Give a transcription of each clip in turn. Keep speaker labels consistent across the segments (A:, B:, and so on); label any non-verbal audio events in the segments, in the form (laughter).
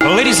A: Ladies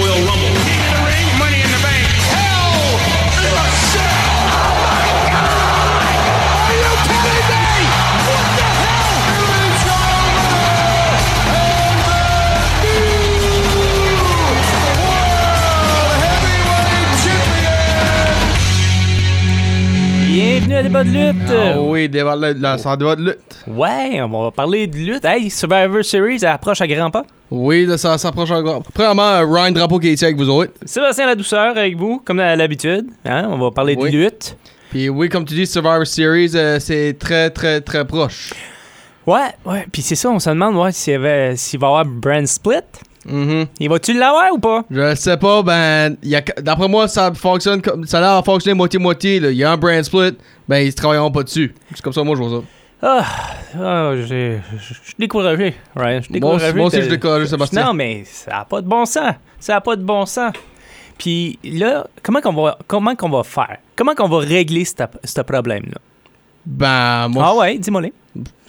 B: Royal Rumble. King of the Ring. Money in the Bank. Hell in a Cell. Oh my God! Are you kidding me? What the hell? It's over. And the new World Heavyweight Champion.
C: Bienvenue à Débat de lutte!
D: Ah oui, débat de lutte, là, ça doit de lutte.
C: Ouais, on va parler de lutte. Hey, Survivor Series approche à grands pas.
D: Oui, là, ça s'approche encore. Premièrement, euh, Ryan Drapeau qui est ici avec vous autres.
C: Sébastien La Douceur avec vous, comme à l'habitude. Hein, on va parler
D: Oui.
C: de lutte.
D: Puis oui, comme tu dis, Survivor Series, euh, c'est très, très, très proche.
C: Ouais, ouais. Puis c'est ça, on se demande ouais, s'il y avait- s'il va y avoir brand split.
D: Mhm.
C: Il va-tu l'avoir ou pas?
D: Je sais pas, ben, il y a- d'après moi, ça fonctionne comme. Ça a l'air de fonctionner moitié-moitié. là. Il y a un brand split, ben, ils travailleront pas dessus. C'est comme ça, moi, je vois ça.
C: Ah, ah, j'ai- je je suis découragé. Ryan, je suis
D: Moi
C: découragé.
D: aussi- moi aussi, je suis
C: T'as-
D: découragé, Sébastien.
C: Non, mais ça n'a pas de bon sens. Ça n'a pas de bon sens. Puis là, comment qu'on va, comment qu'on va faire? Comment qu'on va régler ce ce problème-là?
D: Ben, moi,
C: Ah ouais, dis-moi les.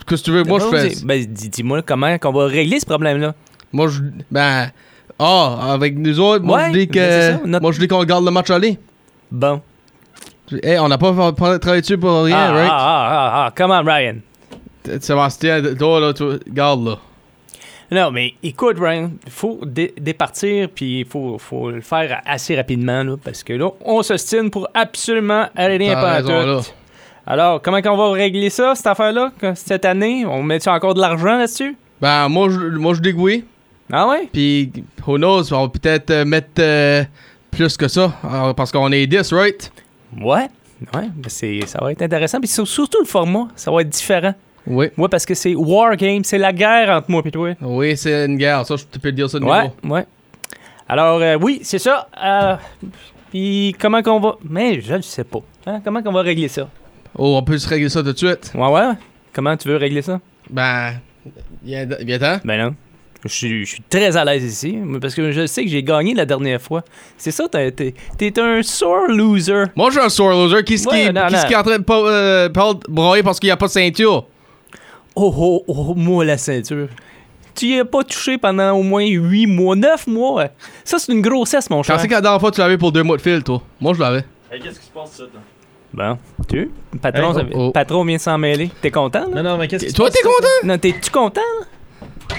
D: qu'est-ce que tu veux, moi, je fais.
C: Ben, dis- dis-moi comment qu'on va régler ce problème-là.
D: Moi, je. Ben. Ah, avec nous autres, moi,
C: Ouais,
D: je dis
C: mais c'est
D: que.
C: ça, notre-
D: Moi, je dis qu'on regarde le match aller.
C: Bon.
D: Hey, on n'a pas, pas travaillé dessus pour rien,
C: ah,
D: right?
C: ah, ah, ah, come on, Ryan.
D: T- Sébastien, toi, là, tu regarde, là.
C: Non, mais écoute, Ryan, il faut dé- départir, puis il faut, faut le faire assez rapidement, là, parce que là, on s'ostine pour absolument rien
D: T'as
C: pas
D: raison, là.
C: Alors, comment qu'on va régler ça, cette affaire-là, que- cette année? On met-tu encore de l'argent là-dessus?
D: Ben, moi, je, moi, je dis que oui.
C: Ah ouais?
D: Puis, who knows, on va peut-être euh, mettre euh, plus que ça. Alors, parce qu'on est 10, right?
C: Ouais. Ouais, ben c'est, ça va être intéressant. Puis sur- surtout le format, ça va être différent.
D: Oui.
C: Moi, parce que c'est War Game, c'est la guerre entre moi et toi.
D: Oui, c'est une guerre. Ça, je peux te dire ça de
C: Ouais,
D: nouveau.
C: ouais. Alors, euh, oui, c'est ça. Euh, Puis comment qu'on va... Mais je ne sais pas. Hein, Comment qu'on va régler ça?
D: Oh, on peut se régler ça tout de suite.
C: Ouais, ouais. Comment tu veux régler ça?
D: Ben, viens, viens ten
C: Ben non. Je suis, je suis très à l'aise ici, mais parce que je sais que j'ai gagné la dernière fois. C'est ça, t'as- t'es t'es un sore loser.
D: Moi, je suis un sore loser. Qui ce
C: Ouais,
D: qui,
C: non,
D: qui, ce
C: non.
D: qui est en train de pas, euh, pas de broyer parce qu'il n'y a pas de ceinture?
C: Oh, oh, oh, moi, la ceinture. Tu y as pas touché pendant au moins 8 mois, 9 mois. Ça, c'est une grossesse, mon
D: Quand
C: cher.
D: c'est que la dernière fois, tu l'avais pour deux mois de fil, toi? Moi, je l'avais.
E: Hey, qu'est-ce qui se passe, ça, là?
C: Bon, tu? Patron,
D: Hey, oh, oh.
C: patron vient s'en mêler. T'es content, là?
E: Non, non, mais qu'est-ce qui se
D: Toi,
E: passe?
D: t'es content?
C: Non, t'es-tu content, là?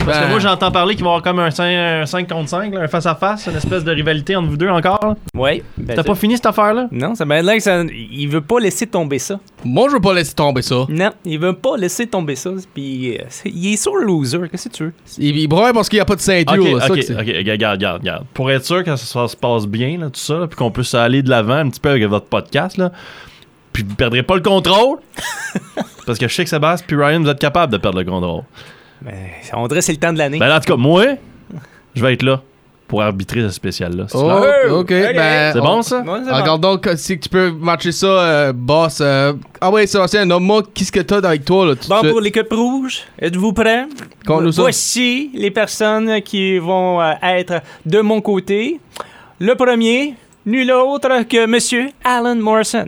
E: Parce
D: Ben,
E: que moi, j'entends parler qu'il va y avoir comme un 5, contre 5, un face-à-face, une espèce de rivalité entre vous deux encore. là.
C: Ouais. ben,
E: T'as
C: ça-
E: pas fini cette affaire-là?
C: Non, ça m'a l'air que ça... Il veut pas laisser tomber ça.
D: moi, je veux pas laisser tomber ça.
C: Non, il veut pas laisser tomber ça. Puis, euh, c'est- il est sur loser. Qu'est-ce que tu veux?
D: Il, il broie parce qu'il n'y a pas de ceinture. là, ça que c'est.
E: regarde, regarde, regarde. Pour être sûr que ça se passe bien, là, tout ça, là, puis qu'on puisse aller de l'avant un petit peu avec votre podcast, là, puis vous perdrez pas le
D: (laughs)
E: contrôle. Parce que je sais que Sébastien puis Ryan, vous êtes capables de perdre le contrôle.
C: Ben, on dirait que c'est le temps de l'année.
E: Ben, en tout cas, moi, je vais être là pour arbitrer ce spécial-là. c'est clair.
D: Oh, ok,
C: Hey,
D: ben.
E: C'est
D: on-
E: bon, ça?
C: Ouais, c'est bon.
D: Regarde donc euh, si tu peux matcher ça, euh, boss. euh, Ah ouais, Sébastien, nomme-moi qu'est-ce que t'as avec toi, là, tout de
C: Bon,
D: suite.
C: pour l'équipe rouge, êtes-vous prêts?
D: Compte-nous ça.
C: Voici les personnes qui vont euh, être de mon côté. Le premier, nul autre que Monsieur Alan Morrison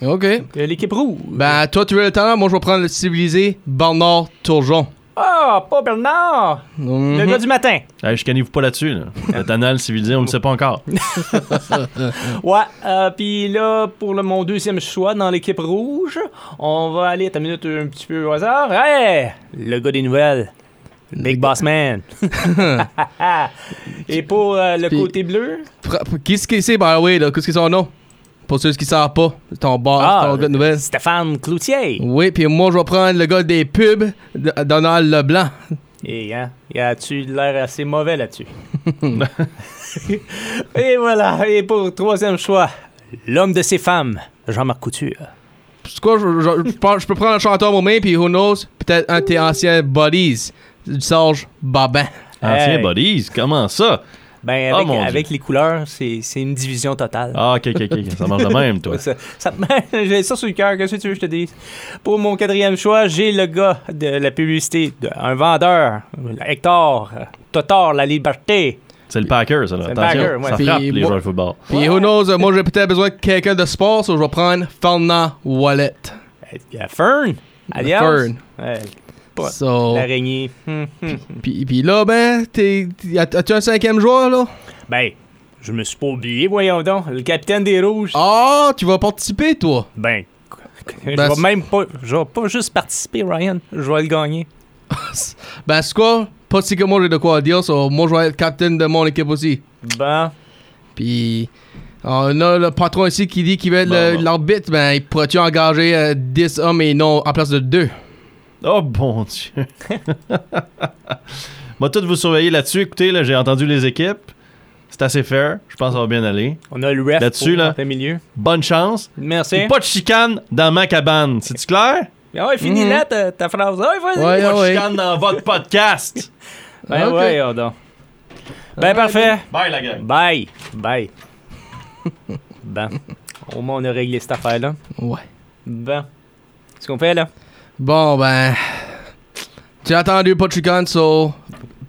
D: Ok.
C: de l'équipe rouge.
D: Ben, toi, tu veux le talent, moi, je vais prendre le civilisé Bernard Tourjon.
C: Ah, pas Bernard!
D: Mhm.
C: Le gars du matin.
E: Hey, je vous pas là-dessus.
D: (laughs)
E: Là. Le anal civilisé, on ne sait pas encore.
C: Ouais, euh, puis là, pour le, mon deuxième choix dans l'équipe rouge, on va aller, ta minute, un petit peu au hasard. Hey! Le gars des nouvelles. Big Boss Man. Et pour euh, le
D: Puis-
C: côté bleu,
D: Fra- Qu'est-ce que c'est, by the way, là? Qu'est-ce que c'est son nom? Pour ceux qui savent pas, c'est ton boss,
C: Ah,
D: ton gars de nouvelles.
C: Stéphane Cloutier.
D: Oui, puis moi, je vais prendre le gars des pubs, D- Donald Leblanc.
C: Et hein, y a-tu de l'air assez mauvais là-dessus? Et voilà, et pour troisième choix, l'homme de ses femmes, Jean-Marc Couture.
D: C'est quoi, je, je- je pense- je peux prendre un chanteur au main, puis who knows, peut-être un de tes anciens buddies, du Serge Babin.
E: Ancien
C: Hey.
E: Ah, buddies, comment ça?
C: Ben,
E: Ah,
C: avec,
E: mon Dieu.
C: avec les couleurs, c'est c'est une division totale.
E: Ah, ok, ok, ok. Ça marche de même,
C: (laughs)
E: toi.
C: Ça, ça me- (laughs) j'ai ça sur le cœur, qu'est-ce que tu veux que je te dise? Pour mon quatrième choix, j'ai le gars de la publicité, de- un vendeur, Hector, euh, Totor, la liberté.
E: C'est le Packers, ça. là.
C: C'est le
E: Attention,
C: Packers, ouais.
E: Ça
D: Puis
E: frappe les
D: moi-
E: joueurs de football.
D: Puis who knows, euh, moi j'ai peut-être besoin de quelqu'un de sport, so je vais prendre Fernand Wallet.
C: Il y a euh, Fern. Alliance.
D: Fern.
C: Ouais, Ouais.
D: So,
C: L'araignée. Hum, hum.
D: puis, puis là, ben, t'es- t'es- as- as-tu un cinquième joueur là?
C: Ben, je me suis pas oublié, voyons donc. Le capitaine des Rouges.
D: Ah, tu vas participer toi?
C: Ben. Je
D: Ben,
C: vais
D: c'est-
C: même pas. Je vais pas juste participer, Ryan. Je vais le gagner.
D: Ben, c'est quoi? Pas si que moi j'ai de quoi dire, so moi je vais être capitaine de mon équipe aussi.
C: Bon.
D: Puis on a le patron ici qui dit qu'il veut être
E: Bon,
D: le-
E: bon.
D: l'arbitre. Ben, il pourrait-tu engager euh, 10 hommes et non en place de 2?
E: Oh bon Dieu. (laughs) Moi, tout vous surveiller là-dessus. Écoutez, là, j'ai entendu les équipes. C'est assez fair. Je pense que ça va bien aller.
C: On a le ref
E: Là-dessus,
C: pour
E: là.
C: le milieu.
E: Bonne chance.
C: Merci.
E: Puis pas de chicane dans ma cabane. C'est-tu clair?
C: Ah ouais, finis là ta, ta phrase. Ah ouais, vas-y.
D: Mm-hmm. Ouais,
E: Pas de
D: ah ouais.
E: chicane dans votre podcast.
C: Ben
D: Ok.
C: ouais, oh donc. Ben parfait.
E: Bye, la gang.
C: Bye. Bye. (laughs) ben. Au moins, on a réglé cette affaire-là.
D: Ouais.
C: Ben. Qu'est-ce qu'on fait là?
D: Bon, ben. Tu as entendu pas de chicane, so.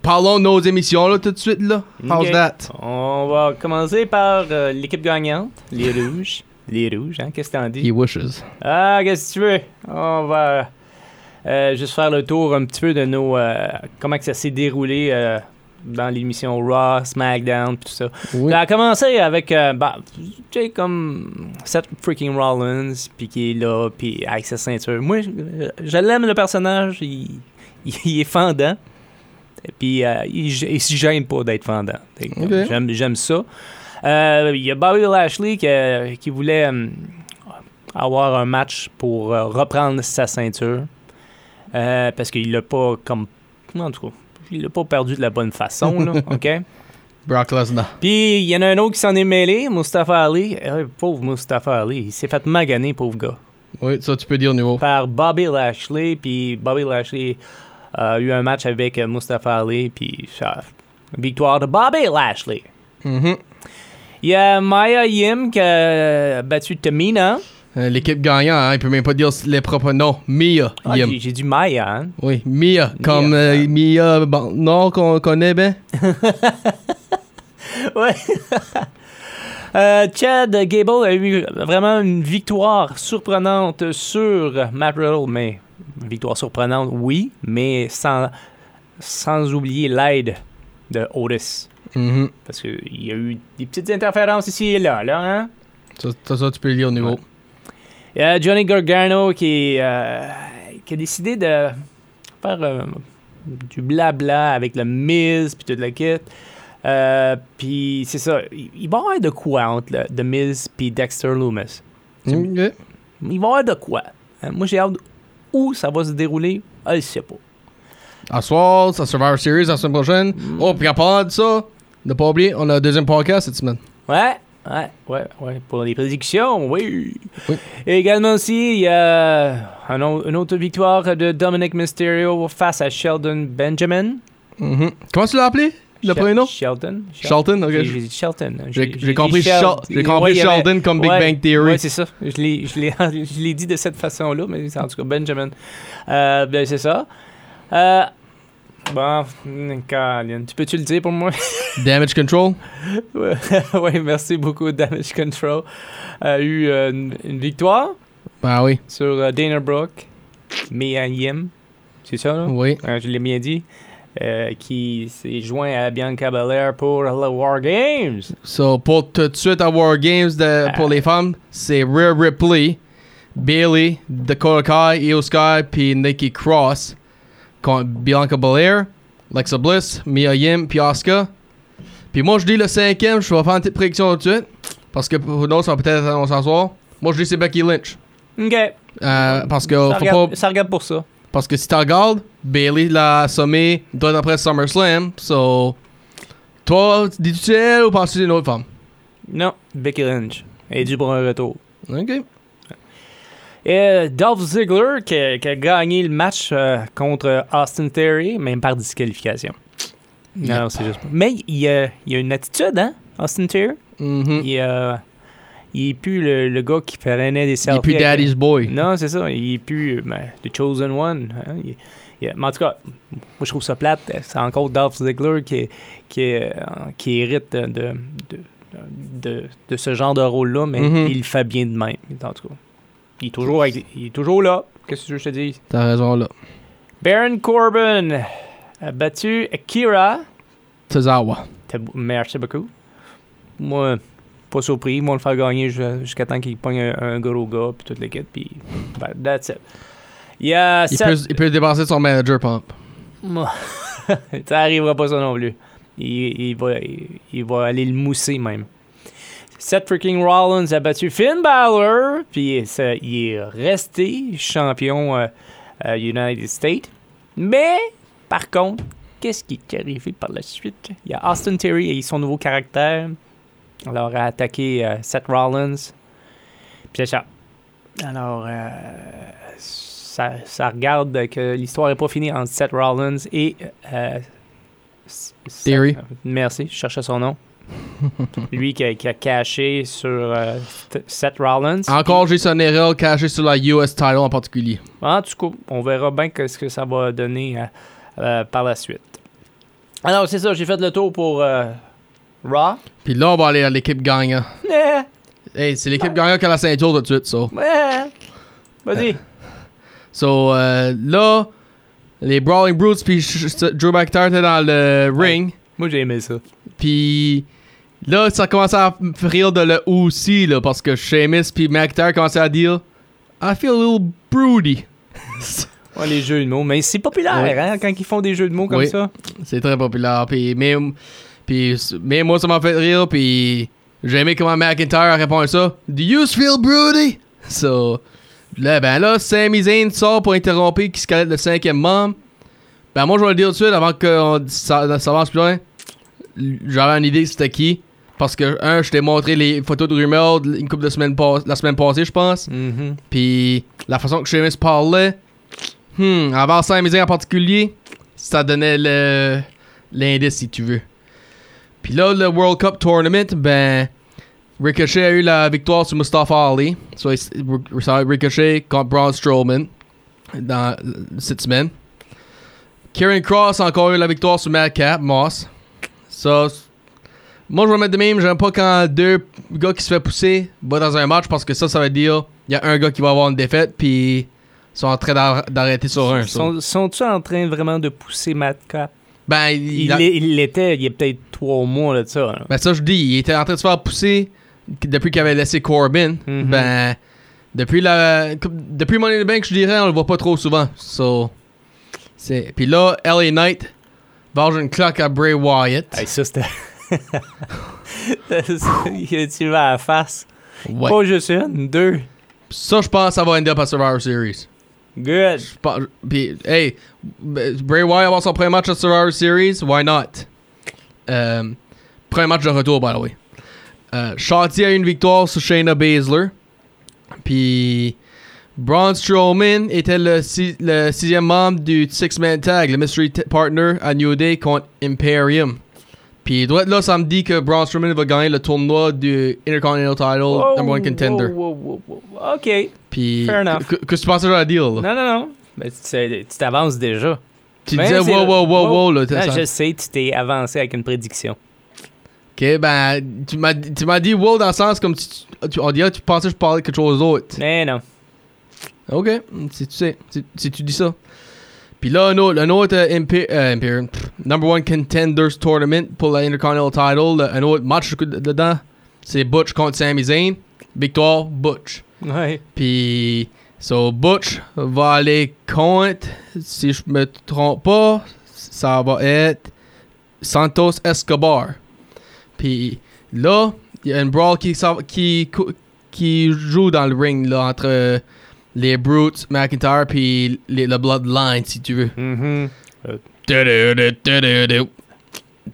D: Parlons de nos émissions, là, tout de suite, là. How's
C: Ok.
D: that?
C: On va commencer par euh, l'équipe gagnante,
D: (laughs)
C: les rouges. Les rouges, hein? Qu'est-ce que t'en dis?
D: He wishes.
C: Ah, qu'est-ce que tu veux? On va euh, juste faire le tour un petit peu de nos. euh, comment que ça s'est déroulé euh, dans l'émission Raw, SmackDown, pis tout ça.
D: Oui.
C: On a commencé Ben, avec. euh, bah, tu sais, comme. Seth freaking Rollins, puis qui est là, puis avec sa ceinture. Moi, je, je l'aime le personnage, il, il (laughs) est fendant. Puis euh, il, se- il se gêne pas d'être fendant. Fait que,
D: Ok.
C: euh, J'aime, j'aime ça. Euh, Il y a Bobby Lashley qui, euh, qui voulait euh, avoir un match pour euh, reprendre sa ceinture. Euh, parce qu'il l'a pas comme. En tout cas, il l'a pas perdu de la bonne façon,
D: (laughs)
C: là. OK?
D: Brock Lesnar.
C: Puis il y en a un autre qui s'en est mêlé, Mustafa Ali. Euh, pauvre Mustafa Ali, il s'est fait maganer, pauvre gars.
D: Oui, ça, tu peux dire au niveau.
C: Par Bobby Lashley, puis Bobby Lashley a eu un match avec euh, Mustafa Ali, puis ça- victoire de Bobby Lashley.
D: Mhm.
C: Il y a Maya Yim qui a battu Tamina.
D: Euh, L'équipe gagnante, hein, il peut même pas dire les propres noms. Mia.
C: Ah,
D: Yim.
C: j'ai, j'ai dit Maya, hein?
D: Oui, Mia. Comme
C: Mia.
D: euh, Mia Ban- Nord qu'on connaît, ben.
C: Ouais. (laughs) Euh, Chad Gable a eu vraiment une victoire surprenante sur Matt Riddle, mais une victoire surprenante, oui, mais sans, sans oublier l'aide de Otis.
D: Mhm.
C: Parce qu'il y a eu des petites interférences ici et là, là, hein?
D: Ça, ça, ça, tu peux le dire au niveau.
C: Il y a Johnny Gargano qui, euh, qui a décidé de faire euh, du blabla avec le Miz puis toute la kit. Euh, puis c'est ça, il il va y avoir de quoi entre le, The Miz puis Dexter Loomis.
D: Mm-hmm. Ok.
C: Il va y avoir de quoi. Euh, moi j'ai hâte où ça va se dérouler, je ne sais pas.
D: À soir, ça Survivor Series la semaine prochaine.
C: Mm.
D: Oh, puis à part de ça, ne pas oublier, on a un deuxième podcast cette semaine.
C: Ouais, ouais, ouais, ouais, pour les prédictions, oui.
D: Oui.
C: Et également aussi, il y a un au- une autre victoire de Dominic Mysterio face à Sheldon Benjamin.
D: Mhm. Comment tu l'as appelé Le
C: Shel-
D: prénom
C: Shelton. Shel-
D: Shelton, ok.
C: J'ai j'ai dit Shelton.
D: J'ai- J'ai compris, Shel- j'ai compris Sheldon comme Big Bang Theory.
C: Oui, c'est ça. Je l'ai- je l'ai (laughs) je l'ai dit de cette façon-là, mais c'est en tout cas Benjamin. Euh, ben, c'est ça. Euh, bon, hmm, Colin, tu peux-tu le dire pour moi? (laughs)
D: Damage Control.
C: Ouais, ouais, merci beaucoup. Damage Control a eu euh, une, une victoire
D: Ben oui,
C: sur euh, Dana Brooke, Mia Yim. C'est ça, là?
D: oui.
C: Euh, je l'ai bien dit. Euh, qui s'est joint à Bianca Belair pour le War Games.
D: So, pour tout de suite à War Games de, pour
C: Ah.
D: les femmes, c'est Rhea Ripley, Bailey, Dakota Kai, Io Sky, puis Nikki Cross contre Bianca Belair, Lexa Bliss, Mia Yim, puis Asuka. Puis moi, je dis le cinquième, je vais faire une petite prédiction tout de suite, parce que pour d'autres, ça va peut-être on s'en sort. Moi, je dis c'est Becky Lynch.
C: OK.
D: Euh, parce que
C: ça,
D: faut
C: regarde,
D: pas
C: ça regarde pour ça.
D: Parce que si t'en regardes, Bailey l'a assommé doit après SummerSlam. So, toi, dis-tu elle ou penses-tu d'une autre femme?
C: Non, Becky Lynch est due pour un retour.
D: Ok.
C: Et euh, Dolph Ziggler qui a, qui a gagné le match euh, contre Austin Theory, même par disqualification. Non, c'est juste. Mais il y a, il y a une attitude, hein, Austin Theory.
D: Mhm.
C: Il, euh, il est plus le, le gars qui fait l'année des
D: Il est
C: selfies.
D: plus
C: avec-
D: Daddy's Boy.
C: Non, c'est ça. Il est plus euh, ben, The Chosen One. hein. Il, Yeah. Mais en tout cas, moi, je trouve ça plate. euh, C'est encore Dolph Ziggler qui, qui, euh, qui hérite de, de, de, de ce genre de rôle-là, mais
D: Mhm.
C: il le fait bien de même. En tout cas, il est toujours, avec- il est toujours là. Qu'est-ce que je te dis?
D: T'as raison là.
C: Baron Corbin a battu Akira.
D: Tozawa.
C: T'as- Merci beaucoup. Moi, pas surpris. Ils vont le faire gagner ju- jusqu'à temps qu'il pogne un, un gros gars, puis toute l'équipe, puis ben, that's it. Il y a
D: Il
C: Seth-
D: peut, il peut débarrasser de son manager, Pump.
C: Moi. (laughs) ça arrivera pas ça non plus. Il, il va, il, il va aller le mousser même. Seth freaking Rollins a battu Finn Balor, puis ça- il est resté champion euh, euh, United States. Mais, par contre, qu'est-ce qui est arrivé par la suite? Il y a Austin Terry et son nouveau caractère. Alors, a attaqué euh, Seth Rollins. Puis c'est ça. Alors, euh, ça, ça regarde que l'histoire n'est pas finie entre Seth Rollins et. euh, S- Seth-
D: Theory.
C: Merci, je cherchais son nom. Lui qui a, qui a caché sur euh, Th- Seth Rollins.
D: Encore Jason Errol caché sur la US title en particulier.
C: En tout cas, on verra bien que- ce que ça va donner euh, euh, par la suite. Alors, c'est ça, j'ai fait le tour pour euh, Raw.
D: Puis là, on va aller à l'équipe gagnant.
C: Eh,
D: Hey, c'est l'équipe gagnant qui a la ceinture tout de suite, so.
C: ouais.
D: Euh,
C: Vas-y.
D: So, euh, là, les Brawling Brutes puis Ch- Ch- Drew McIntyre étaient dans le ring.
C: Moi, j'ai aimé ça.
D: Puis là, ça commençait à me faire rire de le aussi, là, parce que Sheamus puis McIntyre commençaient à dire « I feel a little broody
C: Ouais, les jeux de mots. Mais c'est populaire,
D: Ouais.
C: hein, quand ils font des jeux de mots comme
D: Oui.
C: ça. ».
D: C'est très populaire. Puis même, puis, même moi, ça m'a fait rire. Puis j'ai aimé comment McIntyre a répondu à ça. « Do you feel broody? » So, là, ben là, Sami Zayn sort pour interrompre qui se calette le cinquième membre. Ben moi, je vais le dire tout de suite avant que ça, ça avance plus loin. J'avais une idée de c'était qui. Parce que, un, je t'ai montré les photos de rumeurs de- une couple de semaines pas- la semaine passée, je pense. Puis la façon que Sheamus parlait, hmm, avant Sami Zayn en particulier, ça donnait le l'indice si tu veux. Puis là, le World Cup Tournament, ben, Ricochet a eu la victoire sur Mustafa Ali. So, il- ça, Ricochet contre Braun Strowman dans cette semaine. Karen Cross a encore eu la victoire sur Madcap Moss. Ça, c- moi je vais mettre de même, j'aime pas quand deux gars qui se fait pousser va dans un match parce que ça, ça veut dire il y a un gars qui va avoir une défaite puis ils sont en train d'ar- d'arrêter sur un. ça.
C: Sont- Sont-tu en train vraiment de pousser Madcap?
D: Ben, il,
C: Il
D: a-
C: l'est- il l'était il y a peut-être trois mois là, de ça. hein. là.
D: Ben ça, je dis, il était en train de se faire pousser depuis qu'il avait laissé Corbin.
C: Mhm.
D: Ben, depuis, la, depuis Money in the Bank, je dirais, on le voit pas trop souvent. So, c'est- Puis là, LA Knight barge une cloque à Bray Wyatt.
C: Hey, ça, c'était... (laughs) il a tiré à la face.
D: Ouais.
C: Pas juste une, deux.
D: Ça, je pense, ça va end up à Survivor Series.
C: Good.
D: Je pense- Puis, hey, Bray Wyatt avoir son premier match à Survivor Series, why not? Euh, premier match de retour, by the way. Euh, Shotty a eu une victoire sur Shayna Baszler. Puis Braun Strowman était le, si- le sixième membre du Six-Man Tag, le Mystery T- Partner à New Day contre Imperium. Puis doit être là samedi que Braun Strowman va gagner le tournoi du Intercontinental Title
C: Oh,
D: Number One Contender.
C: wow, wow, wow, wow. OK.
D: Puis
C: Fair enough.
D: que- qu'est-ce que tu pensais de la deal? là?
C: Non, non, non. Mais tu sais, tu t'avances déjà.
D: Tu
C: Ben,
D: disais
C: c'est
D: wow,
C: le-
D: wow, wow,
C: wow.
D: wow, là.
C: Non,
D: ça-
C: je sais, tu t'es avancé avec une prédiction.
D: Ok, ben, tu m'as, tu m'as dit wow dans le sens comme tu, tu- on dirait que tu pensais que je parlais de quelque chose d'autre.
C: Mais non.
D: Ok, si tu sais, si, si tu dis ça. Puis là, un autre, un autre euh, Impe- euh, Imperium, pff, Number One Contenders Tournament pour la Intercontinental Title, le- un autre match que- dedans, c'est Butch contre Sami Zayn. Victoire, Butch.
C: Ouais.
D: Puis, so Butch va aller contre, si je me trompe pas, ça va être Santos Escobar. Puis là, il y a une brawl qui, s'en- qui, cou- qui joue dans le ring là, entre les Brutes, McIntyre, puis les- le Bloodline, si tu veux.
C: Mhm.
D: Tudu-du, tudu-du.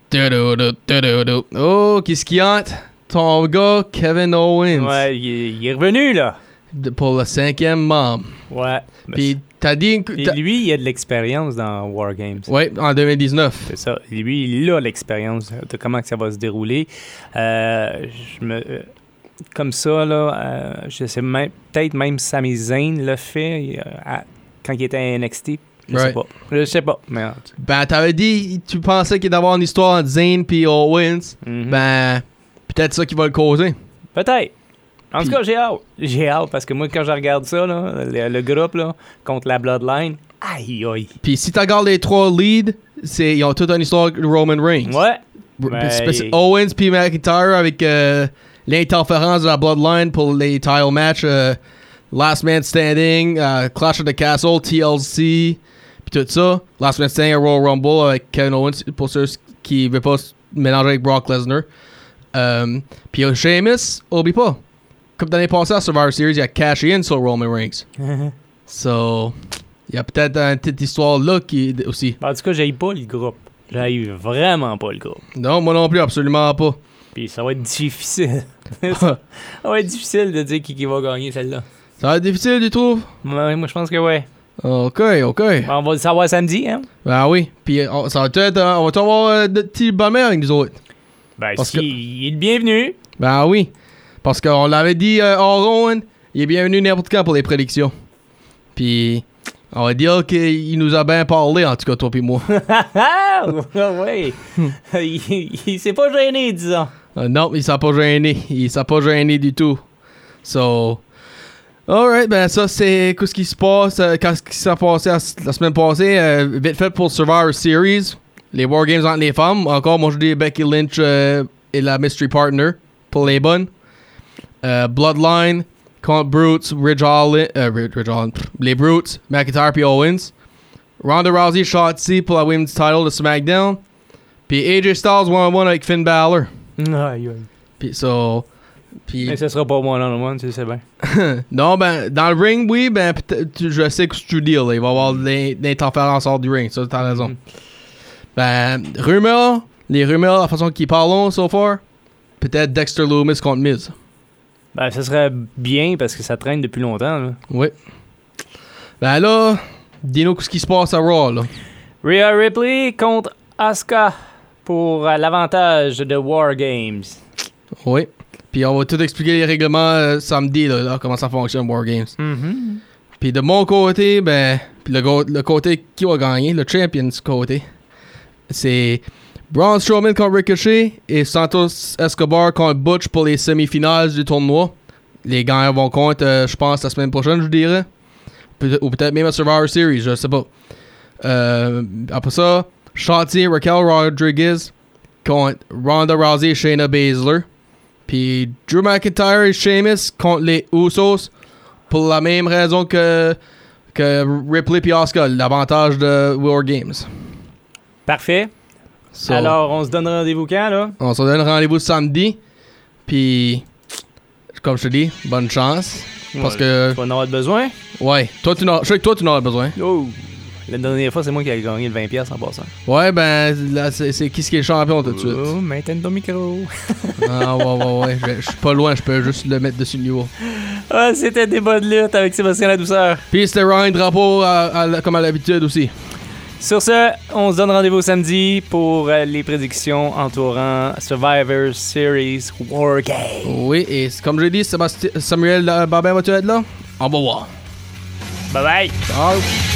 D: Tudu-du, tudu-du. Oh, qu'est-ce qui hante? Ton gars, Kevin Owens,
C: Ouais, il est- il est revenu, là.
D: de- pour le cinquième membre.
C: Ouais.
D: Puis t'as dit. une cou-
C: Puis
D: t'as-
C: lui, il a de l'expérience dans Wargames.
D: Ouais, en 2019.
C: C'est ça. Lui, il a l'expérience de comment que ça va se dérouler. Euh, je me, euh, comme ça, là, euh, je sais même, peut-être même Sami Zayn l'a fait euh, à- quand il était à NXT. Je sais
D: Right.
C: pas. Je sais pas. Mais, en tout
D: Ben, t'avais dit, tu pensais qu'il allait avoir une histoire entre Zane puis Owens.
C: cas. Mhm.
D: Ben, peut-être ça qui va le causer.
C: Peut-être. En tout
D: Puis-
C: cas, j'ai hâte. J'ai hâte parce que moi, quand je regarde ça, là, le, le groupe là, contre la Bloodline, aïe aïe.
D: Puis si tu regardes les trois leads, c'est, ils ont toute une histoire de Roman Reigns.
C: Ouais. (laughs)
D: R-
C: Ben,
D: spéc-
C: il-
D: Owens puis McIntyre avec euh, l'interférence de la Bloodline pour les title match euh, Last Man Standing, euh, Clash of the Castle, TLC, puis tout ça. Last Man Standing à Royal Rumble avec Kevin Owens pour ceux qui ne veulent pas se mélanger avec Brock Lesnar. Euh, puis euh, Sheamus, oublie pas. Comme l'année passée à Survivor Series, il a cash in sur Roman Reigns.
C: Ben,
D: So, il y a peut-être une petite histoire là qui aussi.
C: En tout cas, j'ai pas le groupe. J'ai vraiment pas le groupe.
D: Non, moi non plus, absolument pas.
C: Puis ça va être difficile. (laughs) ça va être difficile de dire qui, qui va gagner celle-là.
D: Ça va être difficile, tu trouves?
C: Moi, moi, je pense que ouais.
D: Ok, ok.
C: Ben, On va le savoir samedi, hein?
D: Ben oui. Puis euh, on- ça va être, euh, on va avoir euh, de petits bonheurs avec nous autres.
C: Ben,
D: Parce
C: si,
D: que-
C: il est le bienvenu.
D: Ben oui. Parce qu'on l'avait dit euh, hors onde, il est bienvenu n'importe quand pour les prédictions. Puis on va dire qu'il nous a bien parlé, en tout cas, toi puis moi.
C: Ah, (laughs) ouais. il, il s'est pas gêné, disons.
D: Euh, non, il s'est pas gêné. Il s'est pas gêné du tout. So. Alright, ben ça c'est qu'est-ce qui se passe, euh, qu'est-ce qui s'est passé la, s- la semaine passée, euh, vite fait pour Survivor Series, les War Games entre les femmes, encore moi je dis Becky Lynch euh, et la Mystery Partner pour les bonnes, Euh, Bloodline contre Brutes, Ridge Holland, euh, Ridge- Ridge Holland, pff, les Brutes, McIntyre puis Owens, Ronda Rousey, Shotzi pour la Women's Title de SmackDown, puis AJ Styles 1-on-1 avec Finn Balor.
C: Aïe, aïe.
D: Puis so, puis
C: Mais ce sera pas moi, non, non, tu sais bien.
D: non ben dans le ring oui ben peut-être- tu- je sais que tu dis là, il va y avoir des des interférences hors du ring, ça t'as raison.
C: Mhm.
D: Ben rumeurs, les rumeurs la façon qu'ils parlent so far, peut-être Dexter Loomis contre Miz.
C: Ben, ce serait bien parce que ça traîne depuis longtemps. Là.
D: Oui. Ben là, dis-nous ce qui se passe à Raw là.
C: Rhea Ripley contre Asuka pour euh, l'avantage de War Games.
D: Oui. Puis on va tout expliquer les règlements euh, samedi là, là, comment ça fonctionne War Games. Mm-hmm. Puis de mon côté, ben, puis le, go- le côté qui va gagner, le champion du côté, c'est Braun Strowman contre Ricochet et Santos Escobar contre Butch pour les semi-finales du tournoi. Les gagnants vont compter, euh, je pense, la semaine prochaine, je dirais. Peut- ou peut-être même à Survivor Series, je sais pas. Euh, après ça, Shanti Raquel Rodriguez contre Ronda Rousey et Shayna Baszler. Puis Drew McIntyre et Sheamus contre les Usos pour la même raison que, que Ripley et Oscar, l'avantage de War Games.
C: Parfait.
D: So,
C: Alors, on se donne rendez-vous quand, là?
D: on se donne rendez-vous samedi. Puis, comme je te dis, bonne chance. Parce
C: Ouais,
D: que,
C: Tu vas en avoir besoin.
D: ouais, toi, tu n'en- je sais que toi, tu n'en as besoin.
C: Oh! La dernière fois, c'est moi qui ai gagné le 20$ en passant.
D: Ouais, ben, là, c'est c'est qui ce qui est champion tout de suite.
C: Oh, maintenant ton micro.
D: Ah, ouais, ouais, ouais. je- Je suis pas loin, je peux juste le mettre dessus le niveau.
C: (laughs) Ah, c'était des bonnes luttes avec Sébastien La Douceur.
D: Puis, c'était Ryan Drapeau, à- à la- comme à l'habitude aussi.
C: Sur ce, on se donne rendez-vous samedi pour euh, les prédictions entourant Survivor Series War Games.
D: Oui, et c'est- comme je l'ai dit, Sébastien- Samuel euh, Babin va-tu être là? On va voir.
C: Bye bye!
D: Ciao.